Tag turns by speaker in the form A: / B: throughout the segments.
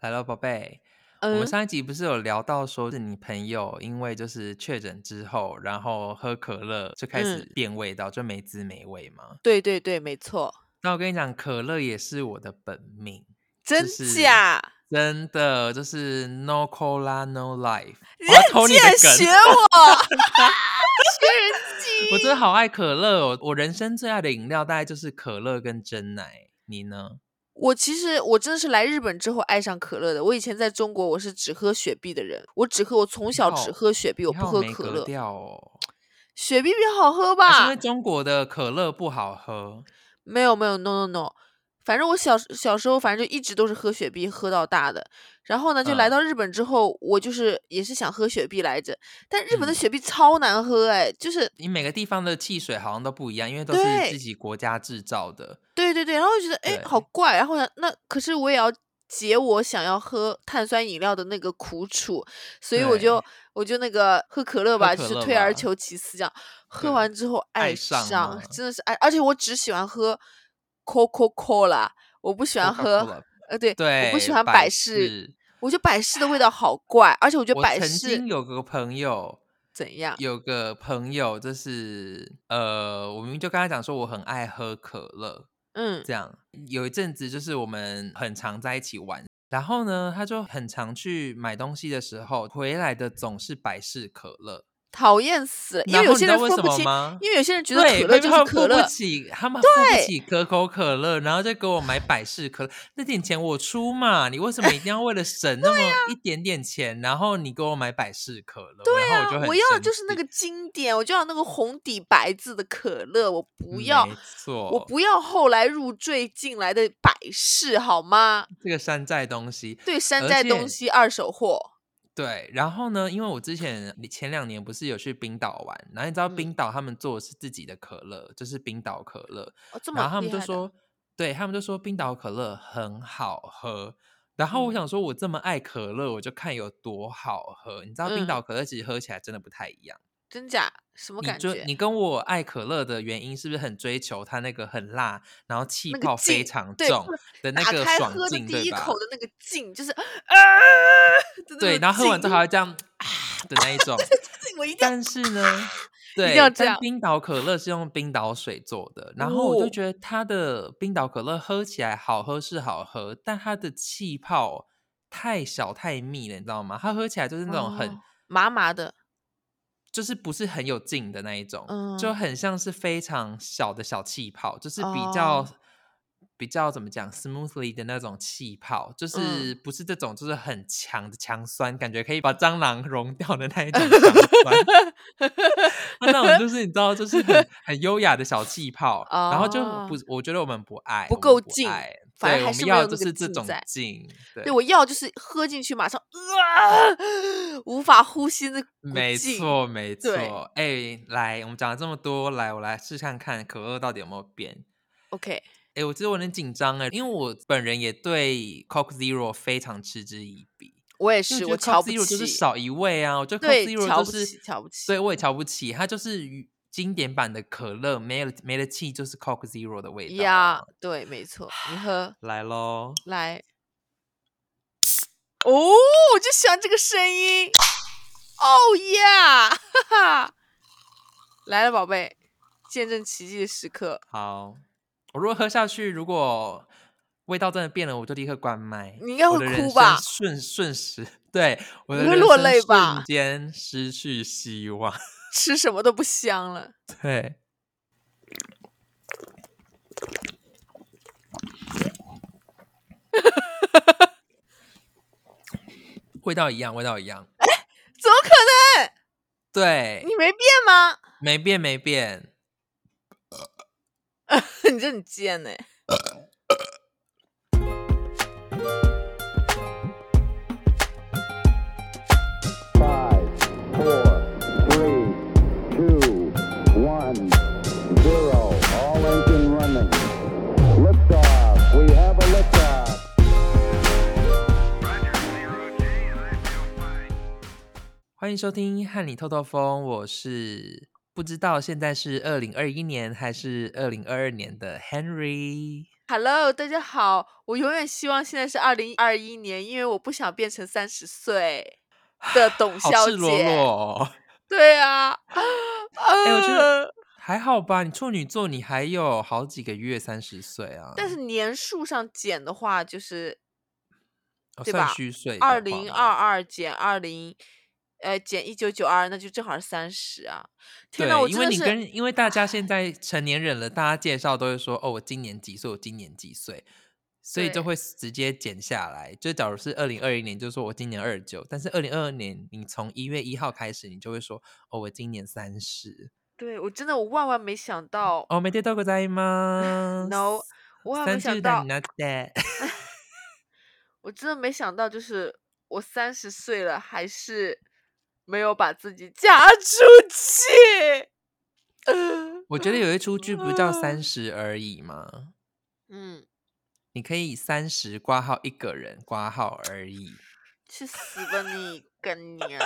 A: 来了，宝贝。我
B: 嗯
A: 们，上一集不是有聊到说，是你朋友因为就是确诊之后，然后喝可乐就开始
B: 嗯
A: 变味道，就没滋没味嘛。
B: 对对对，没错，
A: 那我跟你讲，可乐也是我的本命，
B: 真
A: 是
B: 假？
A: 真的就是 no cola no life。
B: 你
A: 我要
B: 这
A: 偷你
B: 竟然
A: 的
B: 学
A: 梗，
B: 我，学人
A: 我
B: 机。
A: 真的好爱可乐哦！我人生最爱的饮料大概就是可乐跟真奶。你呢？
B: 我其实我真的是来日本之后爱上可乐的。我以前在中国我是只喝雪碧的人，我只喝，我从小只
A: 好
B: 喝雪碧，我
A: 你
B: 不
A: 好
B: 喝
A: 没
B: 可
A: 格
B: 乐。啊
A: 调哦。啊
B: 雪碧比较好喝
A: 还是因
B: 吧
A: 为？中国的可乐不好喝，
B: 没有没有，no no no，反正我小时小时候反正就一直都是喝雪碧喝到大的。然后呢，就来
A: 嗯
B: 到日本之后，我就是也是想喝雪碧来着，但日本的
A: 嗯
B: 雪碧超难喝哎，就是
A: 你每个地方的汽水好像都不一样，因为都是
B: 对
A: 自己国家制造的。
B: 对对对，然后就觉得哎好
A: 对
B: 怪，然后想那可是我也要解我想要喝碳酸饮料的那个苦楚，所以我就
A: 对
B: 我就那个喝可乐
A: 喝
B: 吧，
A: 可
B: 就是
A: 乐
B: 退而
A: 吧
B: 求其次这样，喝
A: 对
B: 完之后
A: 爱
B: 爱
A: 上
B: 上
A: 吗，
B: 真的是爱，而且我只喜欢喝 Coca Cola，我不喜欢喝
A: Coca-Cola
B: 呃对，我不喜
A: 对，
B: 欢
A: 百
B: 百事，
A: 事。
B: 我觉得百事的味道好怪，而且我觉得
A: 我
B: 百
A: 曾经
B: 事
A: 有个朋友，
B: 怎样？
A: 有个朋友就是呃，我明明就跟他讲说我很爱喝可乐，
B: 嗯
A: 这样有一阵子就是我们很常在一起玩，然后呢，他就很常去买东西的时候，回来的总是百事可乐。
B: 讨厌死了，因
A: 然
B: 为有
A: 后你
B: 些
A: 知
B: 人
A: 道为
B: 分
A: 什
B: 不
A: 么
B: 清，
A: 吗
B: 因为有些人觉得
A: 对，
B: 可乐
A: 会被
B: 就
A: 他们
B: 是可
A: 付不
B: 乐，
A: 起，他们付不
B: 对，
A: 起可口可乐，然后就给我买百事可乐，那点钱我出嘛，你为什么一定要为了省那么一点点钱，然后你给我买百事可乐，然后我就
B: 我
A: 很
B: 要的
A: 生
B: 就是那
A: 气。
B: 个经典，我就要那个红底白字的可乐，我不要，
A: 没错，
B: 我不要后来入赘进来的百事，好吗？
A: 这个山寨东西，
B: 对，山
A: 而
B: 寨
A: 且
B: 东西二手货，
A: 对，然后呢，因为我之前前两年不是有去冰岛玩，然后你知道
B: 嗯
A: 冰岛他们做的是自己的可乐，就是冰岛可乐，
B: 哦，这
A: 然
B: 么
A: 后他们
B: 厉
A: 就
B: 害的，
A: 说，对他们就说冰岛可乐很好喝。然后我
B: 嗯
A: 想说，我这么爱可乐，我就看有多好喝。你知道冰
B: 嗯，
A: 岛可乐其实喝起来真的不太一样。
B: 真假？什么
A: 你
B: 感
A: 就
B: 觉？
A: 你跟我爱可乐的原因，是不是很追求它那个很辣，然后气
B: 那个
A: 泡非
B: 劲，
A: 常
B: 对，
A: 重的那
B: 打
A: 个
B: 开
A: 爽
B: 喝的
A: 劲，
B: 第
A: 对
B: 一
A: 吧？
B: 口的那个劲，就是呃的那
A: 对，
B: 个
A: 然后喝完之后
B: 劲，
A: 还会这样啊的那一 种。
B: 我一定要，
A: 但是呢，
B: 一定要
A: 对，
B: 这
A: 但
B: 样，
A: 冰岛可乐是用冰岛水做的，然后我就
B: 哦，
A: 觉得它的冰岛可乐喝起来好喝是好喝，但它的气泡太小太密了，你知道吗？它喝起来就是那种很
B: 哦，麻麻的，
A: 就是不是很有劲的那一种，就
B: 嗯，
A: 很像是非常小的小气泡，就是比较
B: 哦，
A: 比较怎么讲 smoothly 的那种气泡，就
B: 嗯。
A: 是不是这种就是很强的强酸，感觉可以把蟑螂溶掉的那一种强酸。那那种 就是你知道，就是很很优雅的小气泡，然后就不
B: 哦，
A: 是，我觉得我们不爱，
B: 不
A: 我们
B: 够
A: 不
B: 劲，
A: 爱，
B: 反正
A: 对，我
B: 还
A: 们
B: 是没
A: 要
B: 有
A: 就
B: 那个
A: 是这
B: 劲
A: 种
B: 在。
A: 劲，
B: 对
A: 对，
B: 我要就是喝进去马上啊，无法呼吸那股
A: 没
B: 劲。
A: 错，没
B: 对
A: 错。哎，来，我们讲了这么多，来，我来试看看可乐到底有没有变。
B: ，OK，
A: 哎，我觉得我很紧张哎，因为我本人也对 Coke Zero 非常嗤之以鼻，
B: 我也
A: 因为
B: 是，
A: 我觉得 Coke
B: 我瞧不
A: Zero 就是
B: 起，
A: 少一味啊，我觉得 Coke
B: 对，
A: Zero
B: 瞧
A: 就
B: 不
A: 是
B: 起，瞧不起。嗯
A: 对我也瞧不起，它就是与经典版的可乐，没有没了气，就是 Coke Zero 的味道
B: 呀
A: 啊。
B: 对，没错，你喝
A: 来喽，
B: 来。哦，我就喜欢这个声音。哦耶，哈哈，来了，宝贝，见证奇迹的时刻。
A: 好，我如果喝下去，如果味道真的变了，我就立刻关麦，
B: 你应该
A: 我
B: 会
A: 的人
B: 哭
A: 生
B: 吧？
A: 瞬瞬时，对我
B: 你
A: 的
B: 会
A: 人
B: 落
A: 生
B: 泪吧？
A: 瞬间失去希望。
B: 吃什么都不香了。
A: 对，味道一样，味道一样，
B: 怎么可能？
A: 对，
B: 你没变吗？
A: 没变没变。
B: 你这很贱呢、
C: Five, four, three, two, one, zero. All engine running. Liftoff. We have a liftoff.
A: 欢迎收听《和你透透风》，我是不知道现在是二零二一年还是二零二二年的 Henry。
B: Hello，大家好，我永远希望现在是二零二一年，因为我不想变成三十岁的董
A: 好
B: 小
A: 赤
B: 姐。
A: 裸裸、哦。
B: 对啊，呃哎、
A: 哎我觉得还好吧，你处女座，你还有好几个月三十岁啊。
B: 但是年数上减的话，就是
A: 哦
B: 对
A: 算
B: 吧
A: 虚岁的话
B: 二零二二减二零，呃，减一九九二，那就正好是三十啊！天呐，我
A: 对，因
B: 真
A: 为
B: 的
A: 你
B: 是
A: 跟因为大家现在成年人了，大家介绍都会说哦，我今年几岁，我今年几岁，所以
B: 对
A: 就会直接减下来。就假如是二零二一年，就说我今年二九，但是二零二二年你从一月一号开始，你就会说哦，我今年三十。
B: 对我真的我万万没想到、
A: 哦，没得到过在吗
B: No，我万万没想到，我真的没想到，就是我三十岁了，还是没有把自己嫁出去。 呃
A: 我觉得有一出剧不叫《三
B: 嗯
A: 十而已》吗？
B: 嗯，
A: 你可以三十挂号一个人挂号而已。
B: 去死吧你啊跟娘！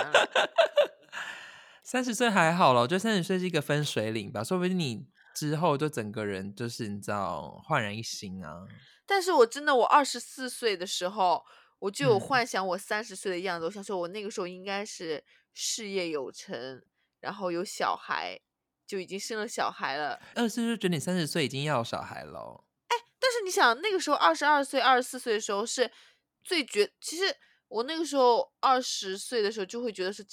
A: 三十岁还好了，我觉得三十岁是一个分水岭吧，说不定你之后就整个人就是你知道焕然一新啊。
B: 但是我真的，我二十四岁的时候，我就有
A: 嗯
B: 幻想我三十岁的样子。我想说，我那个时候应该是事业有成，然后有小孩，就已经生了小孩了。
A: 二十岁就觉得你三十岁已经要有小孩了哦，
B: 但是你想，那个时候二十二岁、二十四岁的时候是最觉，其实我那个时候二十岁的时候就会觉得是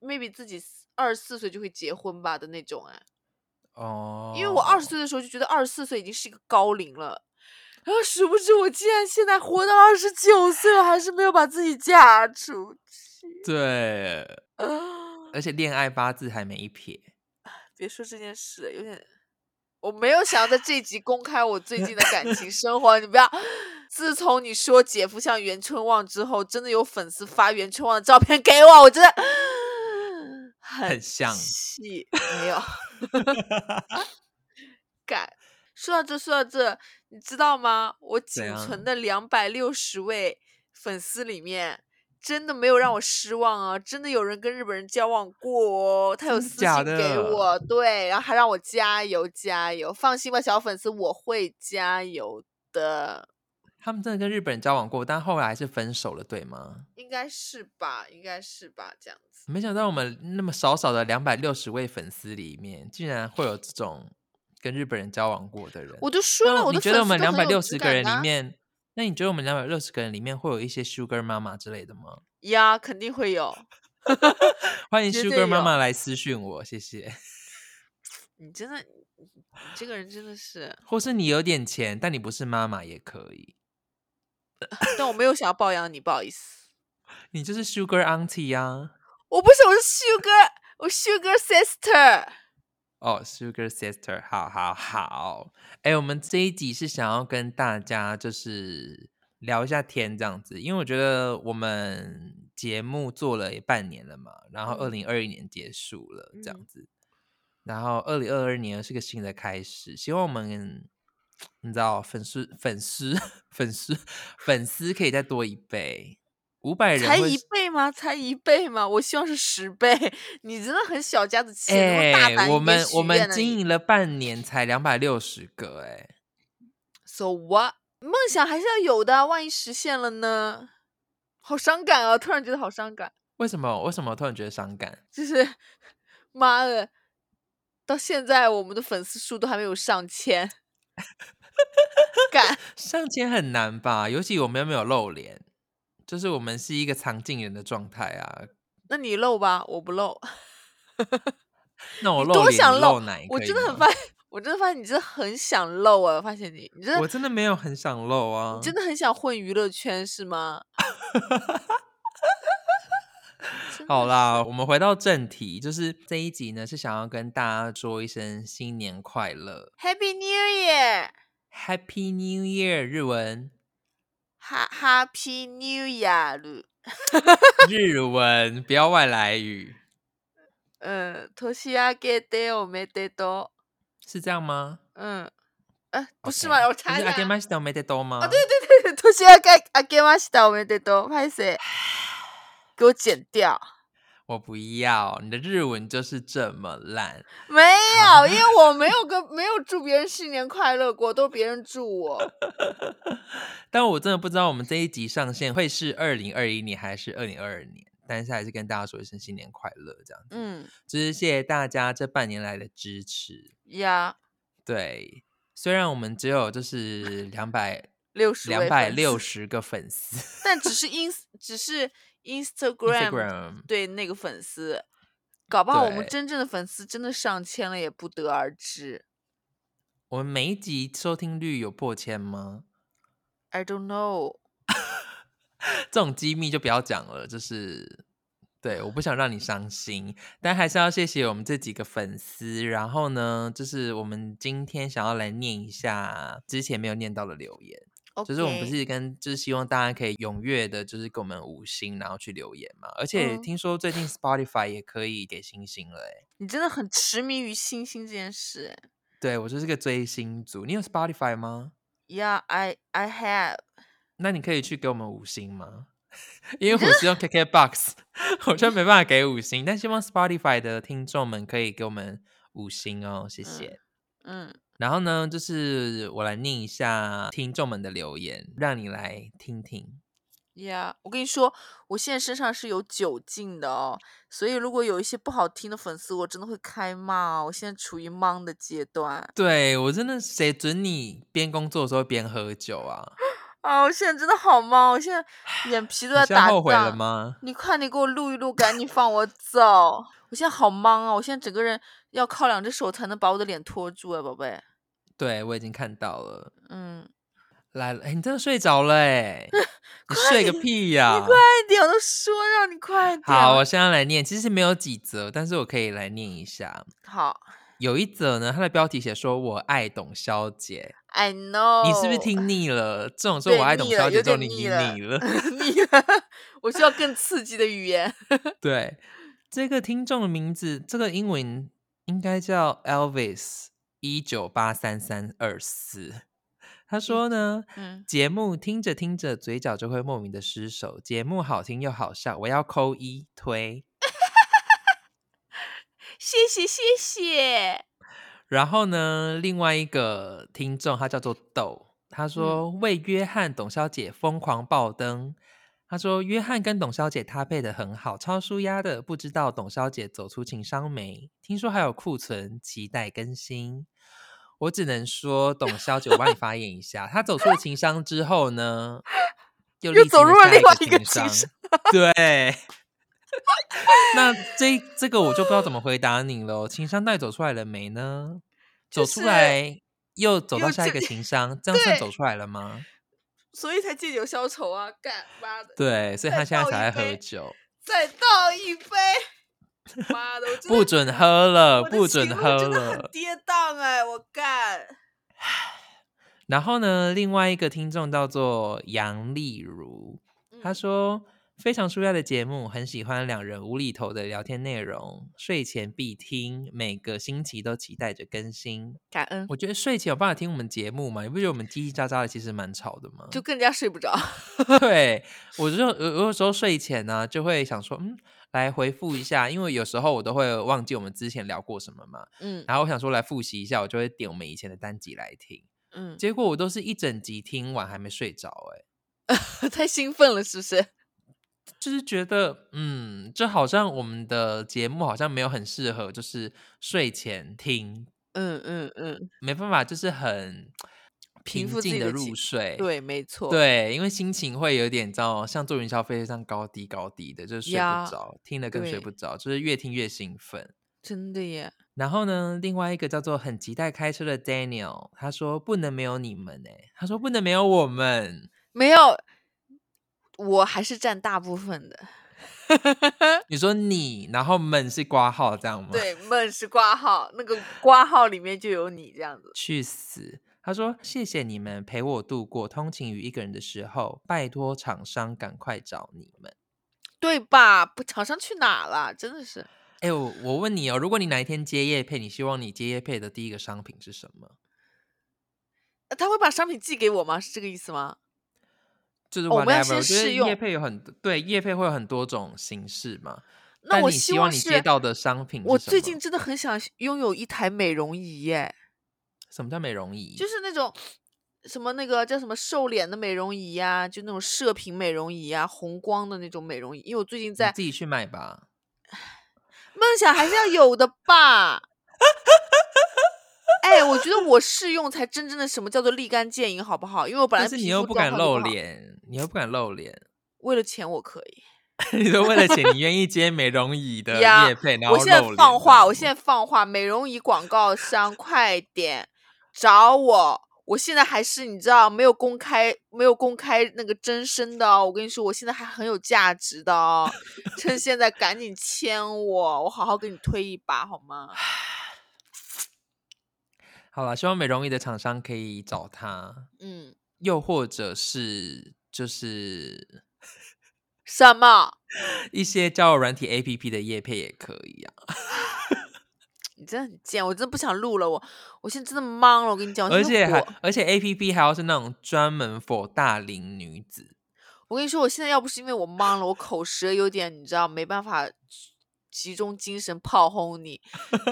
B: ，maybe 自己二十四岁就会结婚吧的那种哎，
A: 哦，
B: 因为我二十岁的时候就觉得二十四岁已经是一个高龄了。然后殊不知，我竟然现在活到二十九岁了，还是没有把自己嫁出去。
A: 对，
B: 啊！
A: 而且恋爱八字还没一撇，
B: 别说这件事，有点，我没有想要在这一集公开我最近的感情生活。你不要，自从你说姐夫像袁春望之后，真的有粉丝发袁春望的照片给我，我真的 很
A: 很像
B: 气，没有 改。说到这，说到这，你知道吗？我仅存
A: 样
B: 的两百六十位粉丝里面，真的没有让我失望啊！真的有人跟日本人交往过哦，他有
A: 真的
B: 私
A: 假
B: 信给
A: 的
B: 我，对，然后还让我加油加油。放心吧，小粉丝，我会加油的，
A: 他们真的跟日本人交往过，但后来还是分手了，对吗？
B: 应该是吧？应该是吧？这样子，
A: 没想到我们那么少少的两百六十位粉丝里面，竟然会有这种跟日本人交往过的人。
B: 我就说了，
A: 那
B: 我
A: 嗯你
B: 的
A: 觉
B: 粉
A: 得
B: 丝
A: 我们
B: 都
A: 两百
B: 很
A: 六
B: 有质
A: 十个
B: 感
A: 人
B: 的
A: 里
B: 啊
A: 面，那你觉得我们两百六十个人里面会有一些 Sugar 妈妈之类的吗？
B: 呀，肯定会有。
A: 欢迎
B: 绝
A: Sugar
B: 对
A: 妈
B: 有
A: 妈来私讯我，谢谢。
B: 你真的，你这个人真的 是，
A: 或是你有点钱，但你不是妈妈也可以，
B: 但我没有想要包养你，不好意思。
A: 你就是 Sugar Auntie 啊。
B: 我不是，我是 Sugar，我 Sugar Sister。
A: 哦、s u g a r Sister，好好好，哎，我们这一集是想要跟大家就是聊一下天这样子，因为我觉得我们节目做了也半年了嘛，然后二
B: 嗯
A: 零二一年结束了这样
B: 嗯
A: 子，然后二零二二年是个新的开始，希望我们你知道粉丝粉丝粉丝粉丝可以再多一倍，五百人
B: 才
A: 会
B: 一
A: 是
B: 倍吗？才一倍吗？我希望是十倍。你真的很小家子气，能不能大
A: 哎、
B: 胆一
A: 我
B: 点
A: 们
B: 许
A: 我们
B: 愿呢
A: 经
B: 你
A: 营了半年才两百六十个、哎。
B: So what？梦想还是要有的，啊万一实现了呢？好伤感啊！突然觉得好伤感，
A: 为什么？为什么突然觉得伤感？
B: 就是妈的，到现在我们的粉丝数都还没有上千， 感
A: 上千很难吧？尤其我们又没有露脸，就是我们是一个藏镜人的状态啊。
B: 那你露吧，我不露。
A: 那我
B: 你
A: 露
B: 多
A: 脸，
B: 想
A: 你
B: 露
A: 露奶，
B: 我
A: 可以
B: 真的很
A: 吗
B: 发，我真的发现你真的很想露啊！我发现你，你真的
A: 我真的没有很想露啊。
B: 你真的很想混娱乐圈 是吗？真的
A: 好啦，我们回到正题，就是这一集呢是想要跟大家说一声新年快乐
B: ，Happy New Year，
A: ，Happy New Year，日文，
B: 哈 Happy New Year 噜。
A: 日文，不要外来语，
B: 嗯，年明けておめでと
A: 是这样吗？
B: う。嗯，呃，不是
A: OK
B: 吗？我查一
A: 不是
B: 下
A: 阿
B: 啊。
A: 给玛西多梅得多吗？
B: 啊，对对 对，年明け明けましたおめでとう，拍谁？给我剪掉。
A: 我不要，你的日文就是这么烂。
B: 没有，因为我没有跟没有祝别人新年快乐过，都是别人祝 我。
A: 但我真的不知道我们这一集上线会是二零二一年还是二零二二年，但是还是跟大家说一声新年快乐，这样子。
B: 嗯
A: 就是谢谢大家这半年来的支持。
B: 呀，
A: 对，虽然我们只有就是两百
B: 六十
A: 两百六，十个粉 丝
B: 但只是 ins 只是 Instagram
A: ，Instagram
B: 对那个粉丝，搞不好我们
A: 对
B: 真正的粉丝真的上千了，也不得而知。
A: 我们每一集收听率有破千吗？
B: I don't know。
A: 这种机密就不要讲了，就是对，我不想让你伤心，但还是要谢谢我们这几个粉丝。然后呢，就是我们今天想要来念一下之前没有念到的留言，
B: OK，
A: 就是我们不是跟就是希望大家可以踊跃的，就是给我们五星，然后去留言嘛。而且
B: 嗯
A: 听说最近 Spotify 也可以给星星了、欸，
B: 你真的很痴迷于星星这件事。
A: 对我就是个追星族，你有 Spotify 吗？
B: Yeah, I I have。
A: 那你可以去给我们五星吗？ 因为我是用 KKBox，我 就没办法给五星，但希望 Spotify 的听众们可以给我们五星哦，谢谢。
B: 嗯，
A: 然后呢，就是我来念一下听众们的留言，让你来听听。
B: 呀、我跟你说，我现在身上是有酒劲的哦，所以如果有一些不好听的粉丝，我真的会开骂哦。我现在处于忙的阶段
A: 对我真的，谁准你边工作的时候边喝酒 啊？
B: 啊，我现在真的好忙，我现在眼皮都
A: 你
B: 在
A: 现在
B: 打
A: 后悔了
B: 仗。
A: 吗？
B: 你快点给我录一录，赶紧放我走！我现在好忙啊，我现在整个人要靠两只手才能把我的脸托住啊，宝贝。
A: 对我已经看到了，
B: 嗯，
A: 来了，哎，你真的睡着了哎， 你睡个屁呀、
B: 快点，我都说让你快点。
A: 好，啊我现在来念，其实没有几则，但是我可以来念一下。
B: 好
A: 有一则呢，它的标题写说“我爱董小姐
B: i ”，know。
A: 你是不是听腻了？这 种说
B: 哦对
A: 我爱董
B: 腻了
A: 小姐
B: 有
A: 这种
B: 点
A: 你
B: 腻
A: 已经
B: 了
A: 腻了。
B: 你， 我需要更刺激的语言。
A: 对，这个听众的名字，这个英文应该叫 Elvis 一九八三三二四。他说呢，
B: 嗯，
A: 节目听着听着，嘴角就会莫名的失手。节目好听又好笑，我要扣一推。
B: 谢谢谢谢。
A: 然后呢，另外一个听众他叫做豆，他
B: 嗯
A: 说、为约翰董小姐疯狂爆灯。他说约翰跟董小姐搭配的很好，超舒压的。不知道董小姐走出情伤没？听说还有库存，期待更新。我只能说，董小姐，我帮你发言一下。她走出了情伤之后呢，又
B: 又
A: 历
B: 走
A: 经
B: 入了
A: 下
B: 另外一个
A: 情
B: 情
A: 伤。对，那这这个我就不知道怎么回答你了。情商带走出来了没呢？
B: 就
A: 走
B: 是
A: 出来又走到
B: 又
A: 下一
B: 这
A: 个 情商，这样算
B: 对
A: 走出来了吗？
B: 所以才借酒消愁啊！干妈的，
A: 对，所以
B: 再
A: 他现在
B: 倒
A: 才在
B: 一
A: 喝
B: 杯
A: 酒，
B: 再倒一杯。妈的，我真的
A: 不准喝了，
B: 我的
A: 不准
B: 情路
A: 喝
B: 真的很
A: 了。
B: 跌宕哎，我干。
A: 然后呢，另外一个听众叫做杨丽如，他
B: 嗯
A: 说非常舒压的节目，很喜欢两人无厘头的聊天内容，睡前必听，每个星期都期待着更新。
B: 感恩，
A: 我觉得睡前有办法听我们节目吗？你不觉得我们叽叽喳喳的其实蛮吵的吗？
B: 就更加睡不着。
A: 对我就有有时候睡前呢、就会想说，嗯，来回复一下，因为有时候我都会忘记我们之前聊过什么嘛。
B: 嗯
A: 然后我想说来复习一下，我就会点我们以前的单集来听。
B: 嗯，
A: 结果我都是一整集听完还没睡着、欸，
B: 太兴奋了是不是？
A: 就是觉得，嗯，这好像我们的节目好像没有很适合，就是睡前听，
B: 嗯嗯嗯，
A: 没办法，就是很
B: 平
A: 平
B: 复自己
A: 静的
B: 的情
A: 入睡。
B: 对，没错。，
A: 对，因为心情会有点，你知道，像坐云霄飞车上高低高低的，就是睡
B: 呀
A: 不着，听了更睡
B: 对
A: 不着，就是越听越兴奋。
B: 真的耶。
A: 然后呢，另外一个叫做很期待开车的 Daniel，他说不能没有你们哎、他说不能没有我们，
B: 没有，我还是占大部分的。
A: 你说你，然后们是挂号这样吗？
B: 对，梦是挂号，那个挂号里面就有你这样子。
A: 去死！他说：“谢谢你们陪我度过通勤于一个人的时候，拜托厂商赶快找你们。
B: 对吧？不，厂商去哪了？真的是
A: 诶，我我问你哦，如果你哪一天接业配，你希望你接业配的第一个商品是什么？
B: 呃他会把商品寄给我吗？是这个意思吗？
A: 就是 whatever，、
B: 哦我们要先
A: 觉得
B: 试用
A: 业配有很多对业配会有很多种形式嘛。
B: 那
A: 但
B: 我
A: 你希
B: 希
A: 望
B: 望
A: 你
B: 是
A: 接到的商品是
B: 我
A: 什
B: 最
A: 么
B: 近真的很想拥有一台美容仪耶，
A: 什么叫美容仪？
B: 就是那种什么那个叫什么瘦脸的美容仪呀、就那种射频美容仪呀、红光的那种美容仪。因为我最近
A: 你
B: 在
A: 自己去买吧。
B: 梦想还是要有的 吧。哎，我觉得我试用才真正的什么叫做立竿见影，好不好？因为我本来
A: 但是
B: 皮
A: 你
B: 肤
A: 又不
B: 状
A: 敢
B: 况就
A: 露
B: 好，
A: 脸，你又不敢露脸，
B: 为了钱我可以。
A: 你都为了钱，你愿意接美容仪的
B: 呀
A: 业配，然后
B: 我现在
A: 露脸
B: 放
A: 这
B: 话，
A: 样
B: 我
A: 子
B: 现在放话，美容仪广告商快点找我！我现在还是你知道没有公开没有公开那个真身的哦，我跟你说，我现在还很有价值的哦，趁现在赶紧签我，我好好给你推一把好吗？
A: 好了，希望美容仪的厂商可以找他，
B: 嗯，
A: 又或者是就是
B: 什么？
A: 一些交友软体 A P P 的业配也可以啊。
B: 你真的很贱，我真的不想录了，我我现在真的懵了，我跟你讲，哦我
A: 而
B: 现在
A: 且还
B: 火
A: 而且 A P P 还要是那种专门 for 大龄女子，
B: 我跟你说，我现在要不是因为我忙了，我口舌有点，你知道，没办法集中精神炮轰你。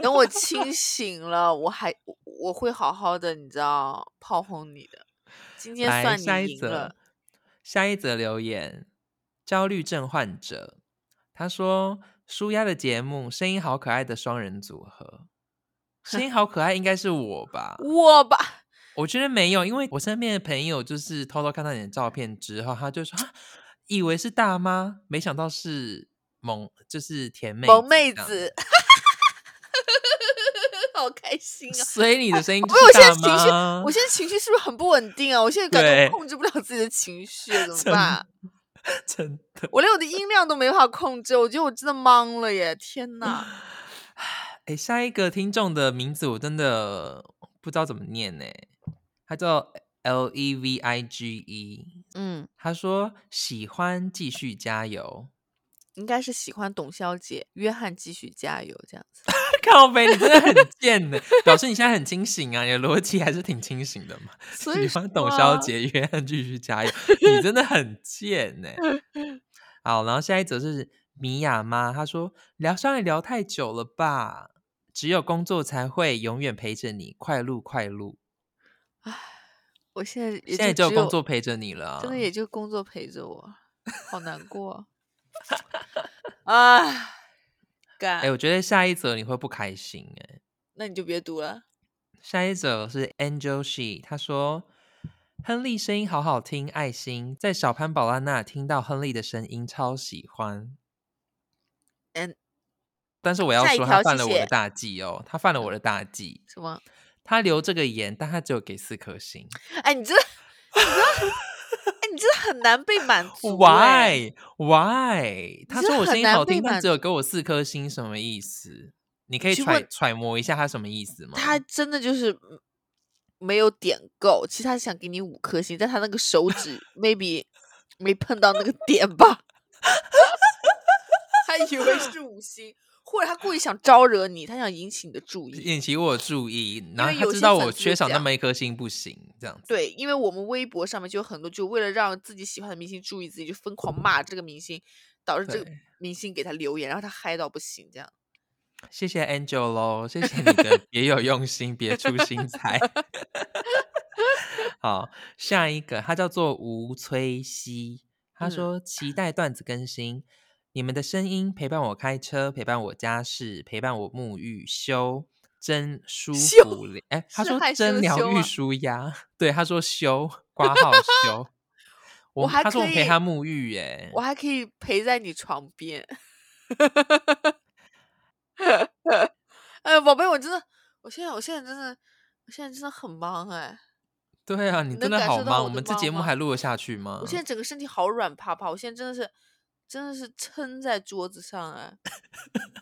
B: 等我清醒了，我还我我会好好的，你知道，炮轰你的。今天
A: 来
B: 算
A: 下
B: 你
A: 一
B: 赢了
A: 则。，下一则留言，焦虑症患者，他说舒压的节目，声音好可爱的双人组合，声 音好可爱应该是我吧？
B: 我吧，
A: 我觉得没有，因为我身边的朋友就是偷偷看到你的照片之后，他就说啊以为是大妈，没想到是萌，就是甜妹
B: 萌妹
A: 这样。
B: 子， 好开心啊！
A: 所以你的声音
B: 不，
A: 就是
B: 我现在
A: 大
B: 情绪
A: 妈，，
B: 我现在情绪是不是很不稳定啊？我现在感觉
A: 对
B: 控制不了自己的情 绪，怎么
A: 真
B: 办？啊
A: 真的。
B: 我连我的音量都没法控制，我觉得我真的懵了耶！ 天呐！
A: 哎，下一个听众的名字我真的不知道怎么念呢，他叫 L E V I G E，
B: 嗯。
A: 他说喜欢继续加油，
B: 应该是喜欢董小姐，约翰继续加油这样子。
A: 靠背你真的很贱呢，表示你现在很清醒啊，你的逻辑还是挺清醒的嘛。
B: 所以
A: 喜欢
B: 说
A: 董小
B: 啊，
A: 姐，约翰继续加油，你真的很贱 呢、好，然后下一则是米娅妈，她说疗伤也聊太久了吧，只有工作才会永远陪着你，快录快录，
B: 我现在也
A: 现在只
B: 就
A: 有
B: 只
A: 工作陪着你了啊，
B: 真的也就工作陪着我，好难过 啊！干，
A: 哎、我觉得下一则你会不开心哎、
B: 那你就别读了。
A: 下一则是 Angel She，她说：“亨利声音好好听，爱心在小潘宝拉那听到亨利的声音超喜欢。”
B: 嗯，
A: 但是我要
B: 下一
A: 说，
B: 条
A: 他
B: 谢
A: 犯了我
B: 谢嗯
A: 的大忌哦，他犯了我的大忌。
B: 什 么？
A: 他留这个言，但他只有给四颗星。
B: 哎，你真的，你知道，哎，你真的很难被满足、哎。
A: Why Why？他
B: 真的
A: 说我
B: 很
A: 声音
B: 难
A: 好
B: 被
A: 听，但
B: 满
A: 只有给我四颗星，什么意思？你可以
B: 请
A: 揣
B: 问
A: 揣摩一下他什么意思吗？
B: 他真的就是嗯没有点够，其实他想给你五颗星，但他那个 手指 maybe 没碰到那个点吧， 他以为是五星，或者他故意想招惹你，他想引起你的注意。
A: 引起我注意，然后
B: 为
A: 他
B: 有
A: 知
B: 些
A: 道
B: 粉
A: 我
B: 丝就
A: 缺少
B: 这
A: 那
B: 样
A: 么一颗星不行，这样子。
B: 对，因为我们微博上面就有很多，就为了让自己喜欢的明星注意自己，就疯狂骂这个明星，导致这个
A: 对
B: 明星给他留言，然后他嗨到不行，这样。
A: 谢谢 Angel 喽，谢谢你 的别有用心，别出心裁。 好，下一个，他叫做吴崔西，他
B: 嗯
A: 说期待段子更新，你们的声音陪伴我开车，陪伴我家事，陪伴我沐浴修。真舒
B: 羞
A: 服了， 哎，他
B: 是
A: 说
B: 害羞
A: 真
B: 的
A: 疗
B: 羞
A: 愈
B: 啊
A: 舒压，对，他说修，挂 号修，
B: 我
A: 我
B: 还
A: 他说
B: 可
A: 我陪
B: 以
A: 他沐浴，哎，
B: 我还可以陪在你床边。 哎呀，宝贝，我真的，我现在，我现在真的，我现在真的很忙哎，
A: 对啊，你
B: 你
A: 真
B: 能
A: 的
B: 感
A: 好
B: 受到
A: 忙，
B: 我
A: 我
B: 的
A: 们这
B: 忙
A: 节目
B: 吗
A: 还录得下去吗？
B: 我现在整个身体好软趴趴，我现在真的是，真的是撑在桌子 上哎。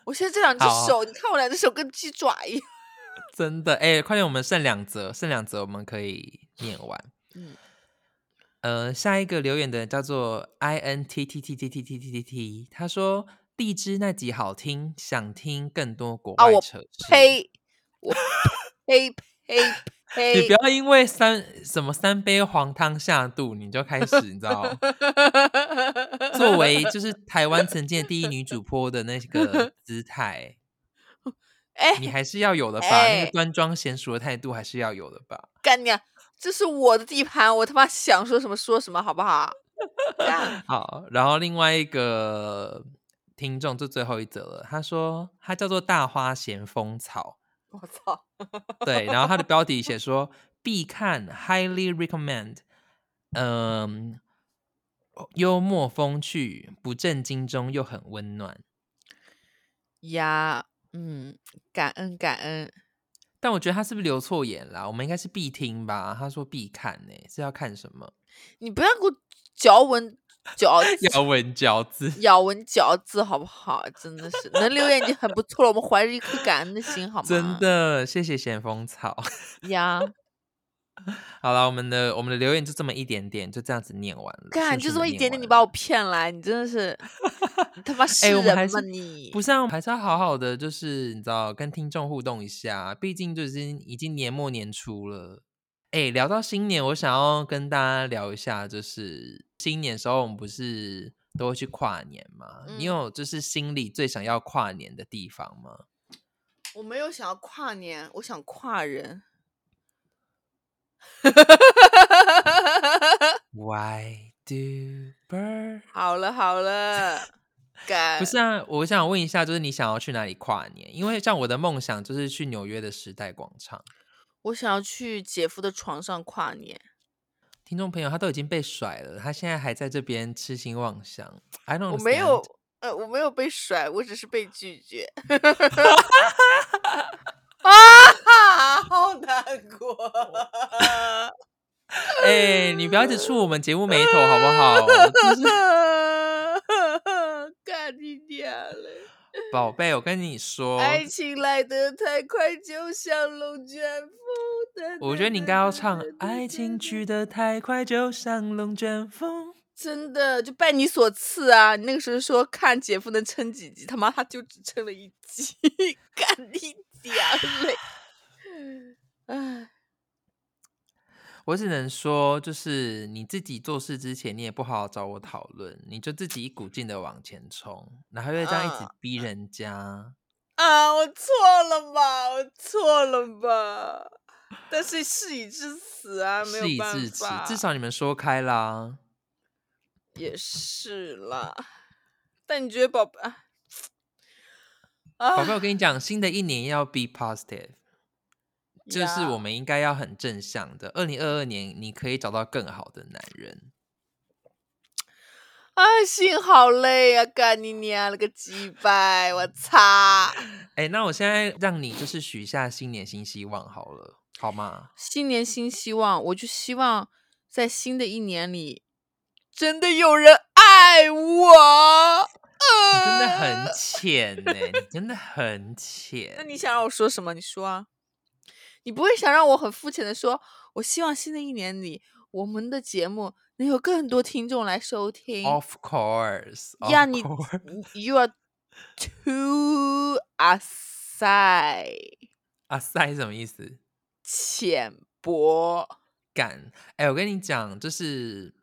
B: 我现在这两只
A: 好
B: 手，你看我两只手跟鸡爪一样。
A: 真的，哎、快点，我们剩两则，剩两则我们可以念完。
B: 嗯，
A: 呃，下一个留言的人叫做 i n t t t t t t t t t，他说荔枝那集好听，想听更多国
B: 啊
A: 外
B: 我
A: 扯事。
B: 呸！我呸呸
A: 你
B: 黑
A: 不要因为三什么三杯黄汤下肚，你就开始，你知道，作为就是台湾曾经的第一女主播的那 个姿态，
B: 哎
A: 你还是要有的吧？那
B: 哎
A: 个端庄娴熟的态度还是要有的吧？
B: 干你、啊！这是我的地盘，我他妈想说什么说什么，好不好？干
A: 好，然后另外一个听众就最后一则了，他说他叫做大花咸丰草，
B: 我操！
A: 对，然后他的标题写说必看，highly recommend，嗯、幽默风趣，不正经中又很温暖。
B: 呀，嗯，感恩感恩。
A: 但我觉得他是不是留错眼啦？我们应该是必听吧？他说必看呢、是要看什么？
B: 你不要给我嚼文 嚼
A: 咬文嚼字。
B: 咬文嚼字，好不好？真的是能留言已经很不错了，我们怀着一颗感恩的心，好吗？
A: 真的，谢谢咸丰草。
B: 呀，
A: 好了，我们的我们的留言就这么一点点，就这样子念完了。
B: 干
A: 顺
B: 就
A: 顺
B: 这么
A: 地
B: 一
A: 念
B: 点点，
A: 完
B: 你把
A: 了
B: 我骗来，你真的是，你他妈 是
A: 哎我们还
B: 人吗
A: 是
B: 你？
A: 不是啊，我们还是要好好的，就是你知道，跟听众互动一下，毕竟就是已经年末年初了。哎，聊到新年，我想要跟大家聊一下，就是新年时候我们不是都会去跨年嘛？你
B: 嗯
A: 有就是心里最想要跨年的地方吗？
B: 我没有想要跨年，我想跨人。
A: Why do bird？
B: 好了 好了，干
A: 不是啊，我想问一下，就是你想要去哪里跨年？因为像我的梦想就是去纽约的时代广场。
B: 我想要去姐夫的床上跨年。
A: 听众朋友，他都已经被甩了，他现在还在这边痴心妄想。I don't，
B: 我没
A: understand
B: 有， 呃，我没有被甩，我只是被拒绝。 啊，好难过。
A: 哎、你不要一直触我们节目眉头好不好？ 就是
B: 干你娘嘞！
A: 宝贝，我跟你说，
B: 爱情来得太快，就像龙卷风。
A: 我觉得你应该要唱《爱情去得太快，就像龙卷风》。
B: 真的就拜你所赐啊！你那个时候说看姐夫能撑几集，他妈他就只撑了一集， 干你娘 嘞！唉，
A: 我只能说，就是你自己做事之前，你也不好好找我讨论，你就自己一股劲的往前冲，然后又这样一直
B: 嗯
A: 逼人家。
B: 啊，我错了吧，我错了吧，但是事已至此啊，没
A: 事
B: 有
A: 已
B: 办
A: 至此
B: 法，，
A: 至少你们说开啦。
B: 也是啦。但你觉得宝贝啊？啊
A: 宝贝，我跟你讲，新的一年要 be positive，就是
B: 呀
A: 我们应该要很正向的。二零二二年，你可以找到更好的男人。
B: 啊，心好累呀、干你娘了个鸡掰，我擦！
A: 哎，那我现在让你就是许下新年新希望好了，好吗？
B: 新年新希望，我就希望在新的一年里，真的有人爱我。
A: 你真的
B: 呃
A: 很浅呢、你真的很浅。
B: 那你想让我说什么？你说啊。你不会想让我很肤浅的说，我希望新的一年里，我们的节目能有更多听众来收听。
A: Of course，
B: 呀，
A: of
B: 你
A: course
B: you are too aside
A: 啊塞什么意思？
B: 浅薄。
A: 干！哎、我跟你讲，就是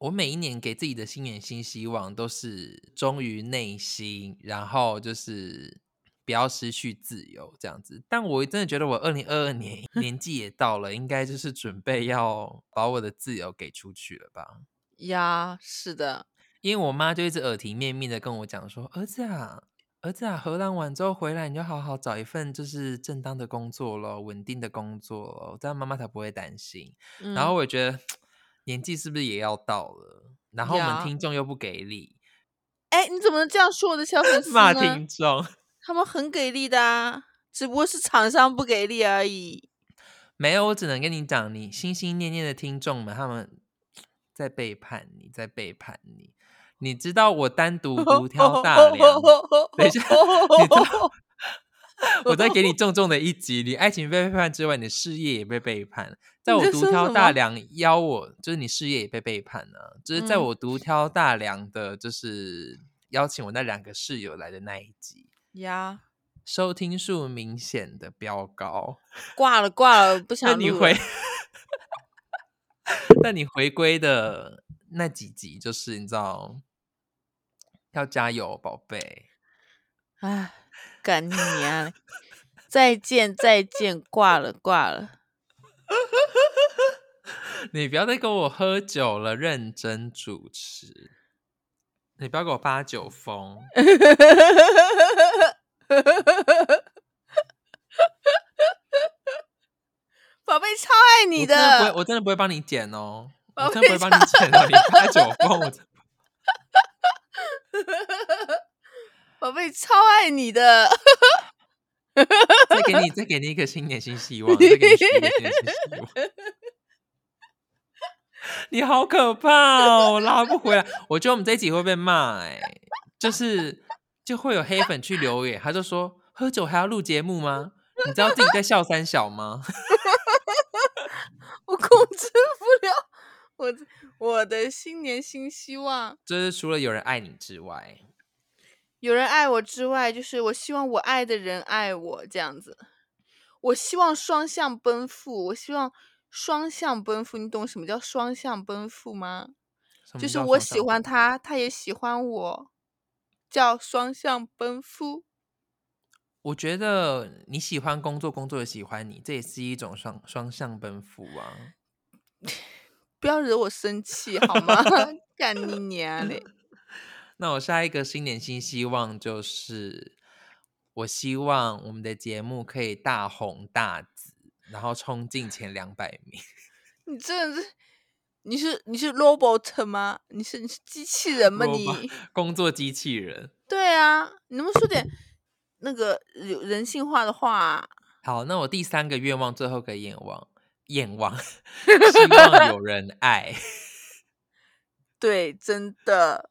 A: 我每一年给自己的新年新希望，都是忠于内心，然后就是不要失去自由这样子。但我真的觉得，我二零二二年年纪也到了，应该就是准备要把我的自由给出去了吧。
B: 呀，是的，
A: 因为我妈就一直耳提面命的跟我讲说：“儿子啊，儿子啊，荷兰完之后回来，你就好好找一份就是正当的工作咯，稳定的工作咯，这样妈妈才不会担心。”
B: 嗯、
A: 然后我也觉得年纪是不是也要到了？然后我
B: 呀
A: 们听众又不给力，
B: 哎，你怎么能这样说我的 小粉丝
A: 骂
B: 呢？
A: 听众
B: 他们很给力的、啊，只不过是厂商不给力而已。
A: 没有，我只能跟你讲，你心心念念的听众们，他们在背叛你，在背叛你。你知道我单独
B: 哦
A: 独挑大 梁， 等一下你知道我再给你重重的一击。你爱情被背叛之外，你的事业也被背叛。在
B: 你
A: 我
B: 在
A: 独
B: 说
A: 挑
B: 什
A: 大
B: 么
A: 梁邀我，就是你事业也被背叛啊。就是在
B: 嗯
A: 我独挑大梁的，就是邀请我那两个室友来的那一集，
B: 呀，
A: 收听数明显的飙高。
B: 挂了挂了，不
A: 那
B: 想
A: 你
B: 录
A: 回
B: 了。，
A: 那你回归的那几集，就是你知道，要加油，宝贝。
B: 唉，干你娘嘞！再见再见，挂了挂了。
A: 你不要再跟我喝酒了，认真主持。你不要给我发酒疯，
B: 宝贝超爱你
A: 我真的不会
B: 的，
A: 我真的不会帮你剪哦，我
B: 宝
A: 真的不
B: 贝
A: 会帮你剪哦。你发酒疯，我真
B: 宝贝超爱你的。
A: 再给你再给你一个新年新希望，再给你一个新年新希望。你好可怕哦，我拉不回来。我觉得我们这一集会被骂哎、就是就会有黑粉去留言，他就说喝酒还要录节目吗？你知道自己在笑三小吗？
B: 我控制不了我的我的新年新希望。
A: 就是除了有人爱你之外，
B: 有人爱我之外，就是我希望我爱的人爱我这样子。我希望双向奔赴，我希望双向奔赴。你懂什么叫双向奔赴吗？
A: 什么
B: 就是
A: 叫
B: 我
A: 双
B: 喜
A: 向
B: 欢
A: 奔赴
B: 他，他也喜欢我，叫双向奔赴。
A: 我觉得你喜欢工作，工作也喜欢你，这也是一种双双向奔赴啊。
B: 不要惹我生气好吗？ 干你娘 嘞！
A: 那我下一个新年新希望就是，我希望我们的节目可以大红大紫，然后冲进前两百名。
B: 你真的是，你是你是 robot 吗？你是你是机器人吗？你
A: robot 工作机器人。
B: 对啊，你能不能说点那个有人性化的话啊、
A: 好，那我第三个愿望，最后一个愿望， 愿望希望有人爱。
B: 对，真的，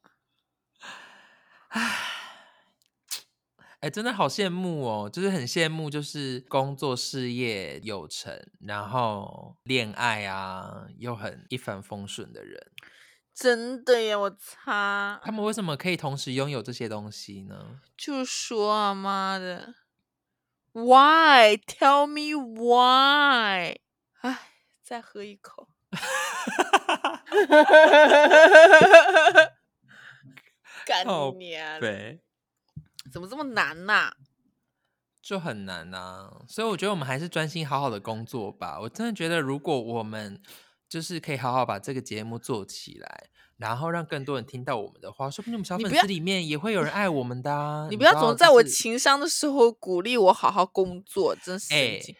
A: 哎，真的好羡慕哦，就是很羡慕，就是工作事业有成，然后恋爱啊又很一帆风顺的人，
B: 真的耶！我擦
A: 他，们为什么可以同时拥有这些东西呢？
B: 就说啊，妈的，Why? Tell me why？哎，再喝一口。 干
A: 靠
B: 你娘
A: 哦
B: 嘞！
A: 对，
B: 怎么这么难呐、
A: 就很难啊。所以我觉得我们还是专心好好的工作吧。我真的觉得，如果我们就是可以好好把这个节目做起来，然后让更多人听到我们的话，说不定我们小
B: 你
A: 粉
B: 不要
A: 丝里面也会有人爱我们的、啊。
B: 你不要
A: 知道
B: 总在我
A: 就是
B: 情商的时候鼓励我好好工作，真神
A: 哎
B: 经。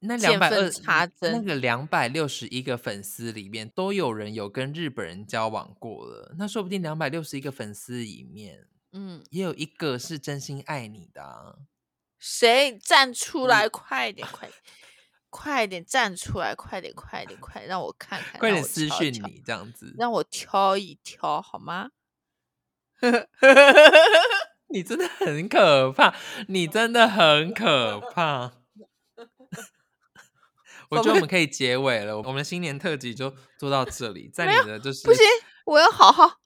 A: 那两
B: 见
A: 百
B: 缝
A: 二
B: 插
A: 那
B: 针
A: 个两百六十一个粉丝里面，都有人有跟日本人交往过了。那说不定两百六十一个粉丝里面，
B: 嗯，
A: 也有一个是真心爱你的、啊。
B: 谁站
A: 嗯
B: 出来？快点，快点，快点站出来！快点，快点，快点，让我看看，
A: 快
B: 让
A: 点
B: 哎我
A: 私
B: 瞧
A: 讯
B: 瞧
A: 你，这样子，
B: 让我挑一挑 好吗？
A: 你真的很可怕， 你真的很可怕。 我觉得我们可以结尾了，我们新年特辑就做到这里。在你的就是
B: 不行，我要好好，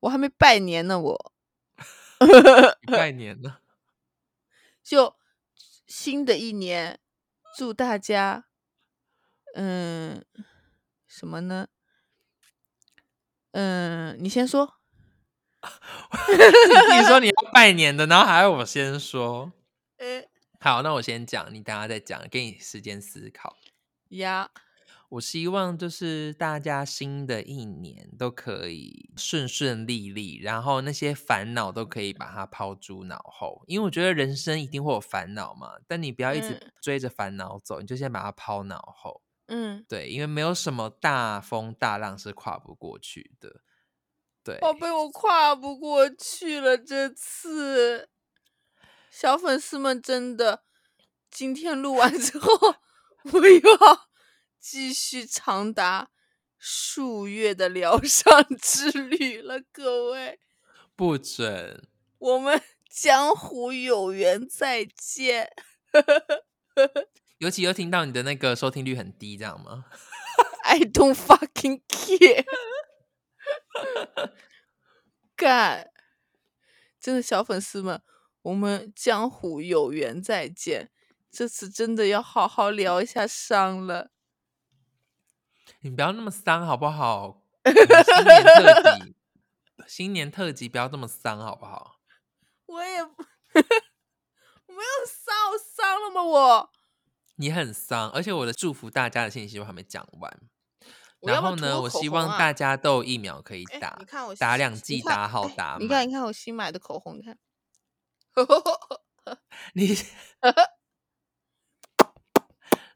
B: 我还没拜年呢，我
A: 拜年了，
B: 就新的一年，祝大家，嗯，什么呢？嗯，你先说。
A: 你自己说你要拜年的，然后还要我先说。
B: 呃
A: 好，那我先讲，你等下再讲，给你时间思考。
B: 呀，
A: 我希望就是大家新的一年都可以顺顺利利，然后那些烦恼都可以把它抛诸脑后，因为我觉得人生一定会有烦恼嘛，但你不要一直
B: 嗯
A: 追着烦恼走，你就先把它抛脑后。
B: 嗯，
A: 对，因为没有什么大风大浪是跨不过去的。对，
B: 宝贝，我跨不过去了，这次小粉丝们真的，今天录完之后，我又要继续长达数月的疗伤之旅了，各位，
A: 不准。
B: 我们江湖有缘，再见。
A: 尤其又听到你的那个收听率很低，这样吗？
B: I don't fucking care。干，真的小粉丝们，我们江湖有缘再见。这次真的要好好聊一下伤了。
A: 你不要那么丧好不好？ 我们新年特辑，新年特辑不要这么丧好不好？
B: 我也不， 我没有伤，我伤了吗？我
A: 你很丧，而且我的祝福大家的信息我还没讲完。
B: 我
A: 然
B: 要不
A: 后
B: 要涂
A: 呢，
B: 个
A: 我
B: 口
A: 希
B: 红
A: 望
B: 啊
A: 大家都有疫苗可以
B: 哎
A: 打
B: 你，看我
A: 打
B: 新
A: 两
B: 你
A: 剂
B: 看
A: 打好
B: 哎
A: 打
B: 你
A: 满
B: 看，你看我新买的口红，你看。
A: 你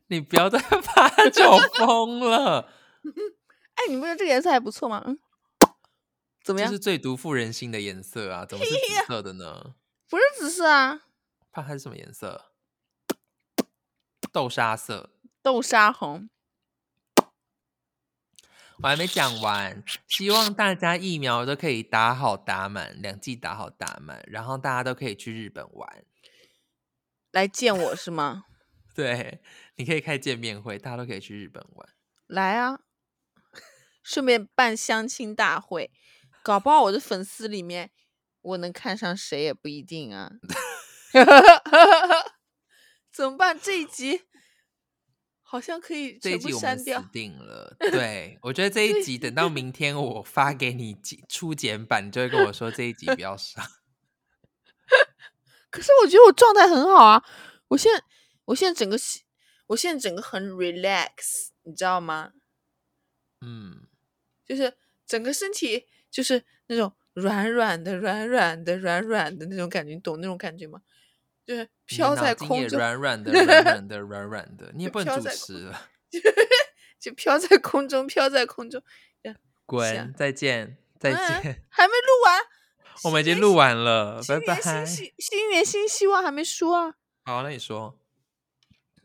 A: 你不要再 发酒疯了，
B: 哎，你不觉得这个颜色还不错吗？嗯，怎么
A: 这
B: 样？
A: 是最毒妇人心的颜色啊！怎么是紫色的呢？
B: 不是紫色啊，
A: 怕它是什么颜色？豆沙色。
B: 豆沙红。
A: 我还没讲完，希望大家疫苗都可以打好打满，两剂打好打满，然后大家都可以去日本玩。
B: 来见我是吗？
A: 对，你可以开见面会，大家都可以去日本玩。
B: 来啊， 顺便办相亲大会，搞不好我的粉丝里面我能看上谁也不一定啊。 怎么办？这一集好像可以
A: 这一
B: 全部
A: 集我们
B: 删
A: 死
B: 掉。
A: 定了。对，我觉得这一集等到 明天我发给你几初剪版，你就会跟我说这一集不要上。
B: 可是我觉得我状态很好啊，我现在我现在整个心我现在整个很 relax，你知道吗？
A: 嗯，
B: 就是整个身体就是那种软软的、软软的、软软的那种感觉，你懂那种感觉吗？就是
A: 你
B: 飘
A: 脑
B: 在
A: 筋
B: 空
A: 也
B: 中，
A: 软软的，软软的，软软的，你也不能
B: 飘
A: 主
B: 在
A: 持了。
B: 就飘在空中，飘在空中。
A: 滚，再见，再
B: 嗯
A: 见。
B: 还没录完，
A: 我们已
B: 新
A: 经
B: 年
A: 录
B: 新，
A: 完了，拜
B: 新
A: 拜
B: 年。新希新年新希望还没说啊，
A: 好，那你说，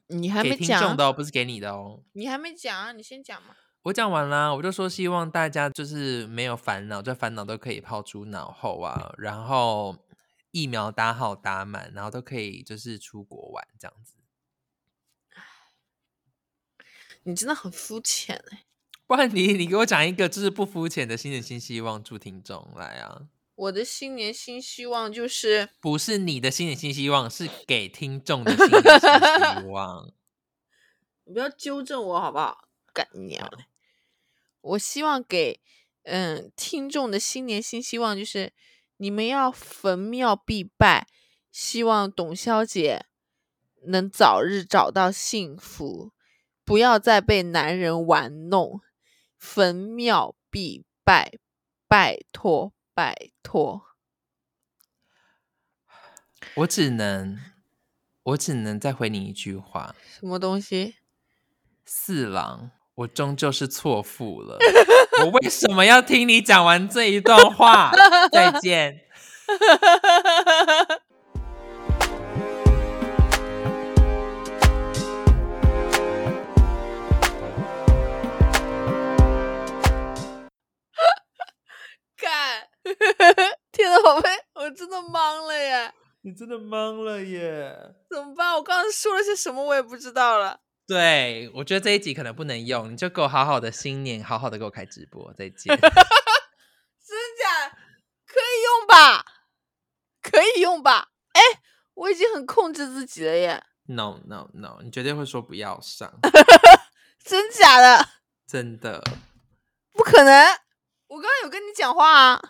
B: 你还
A: 给
B: 没
A: 听
B: 讲
A: 众
B: 啊，
A: 的、哦，不是给你的哦。
B: 你还没讲啊，你先讲嘛。
A: 我讲完啦，我就说希望大家就是没有烦恼，这烦恼都可以抛诸脑后啊，然后疫苗打好打满，然后都可以就是出国玩这样子。
B: 你真的很肤浅哎、
A: 不然你你给我讲一个就是不肤浅的新年新希望，祝听众来啊！
B: 我的新年新希望就是
A: 不是你的新年新希望，是给听众的新年新 希望。
B: 你不要纠正我好不好？干你娘嘞！我希望给嗯听众的新年新希望就是，你们要坟庙必拜，希望董小姐能早日找到幸福，不要再被男人玩弄。坟庙必拜，拜托拜托。
A: 我只能，我只能再回你一句话：
B: 什么东西？
A: 四郎，我终究是错付了。我为什么要听你讲完这一段话？ 再见。
B: 干！天呐，我被我真的懵了耶！
A: 你真的懵了耶！
B: 怎么办？我刚刚说了些什么，我也不知道了。
A: 对，我觉得这一集可能不能用，你就给我好好的新年，好好的给我开直播，再 见。
B: 真假可以用吧？可以用吧？哎，我已经很控制自己了耶！
A: no no no，你绝对会说不要上，
B: 真假的？
A: 真的。
B: 不可能！我刚刚有跟你讲话啊。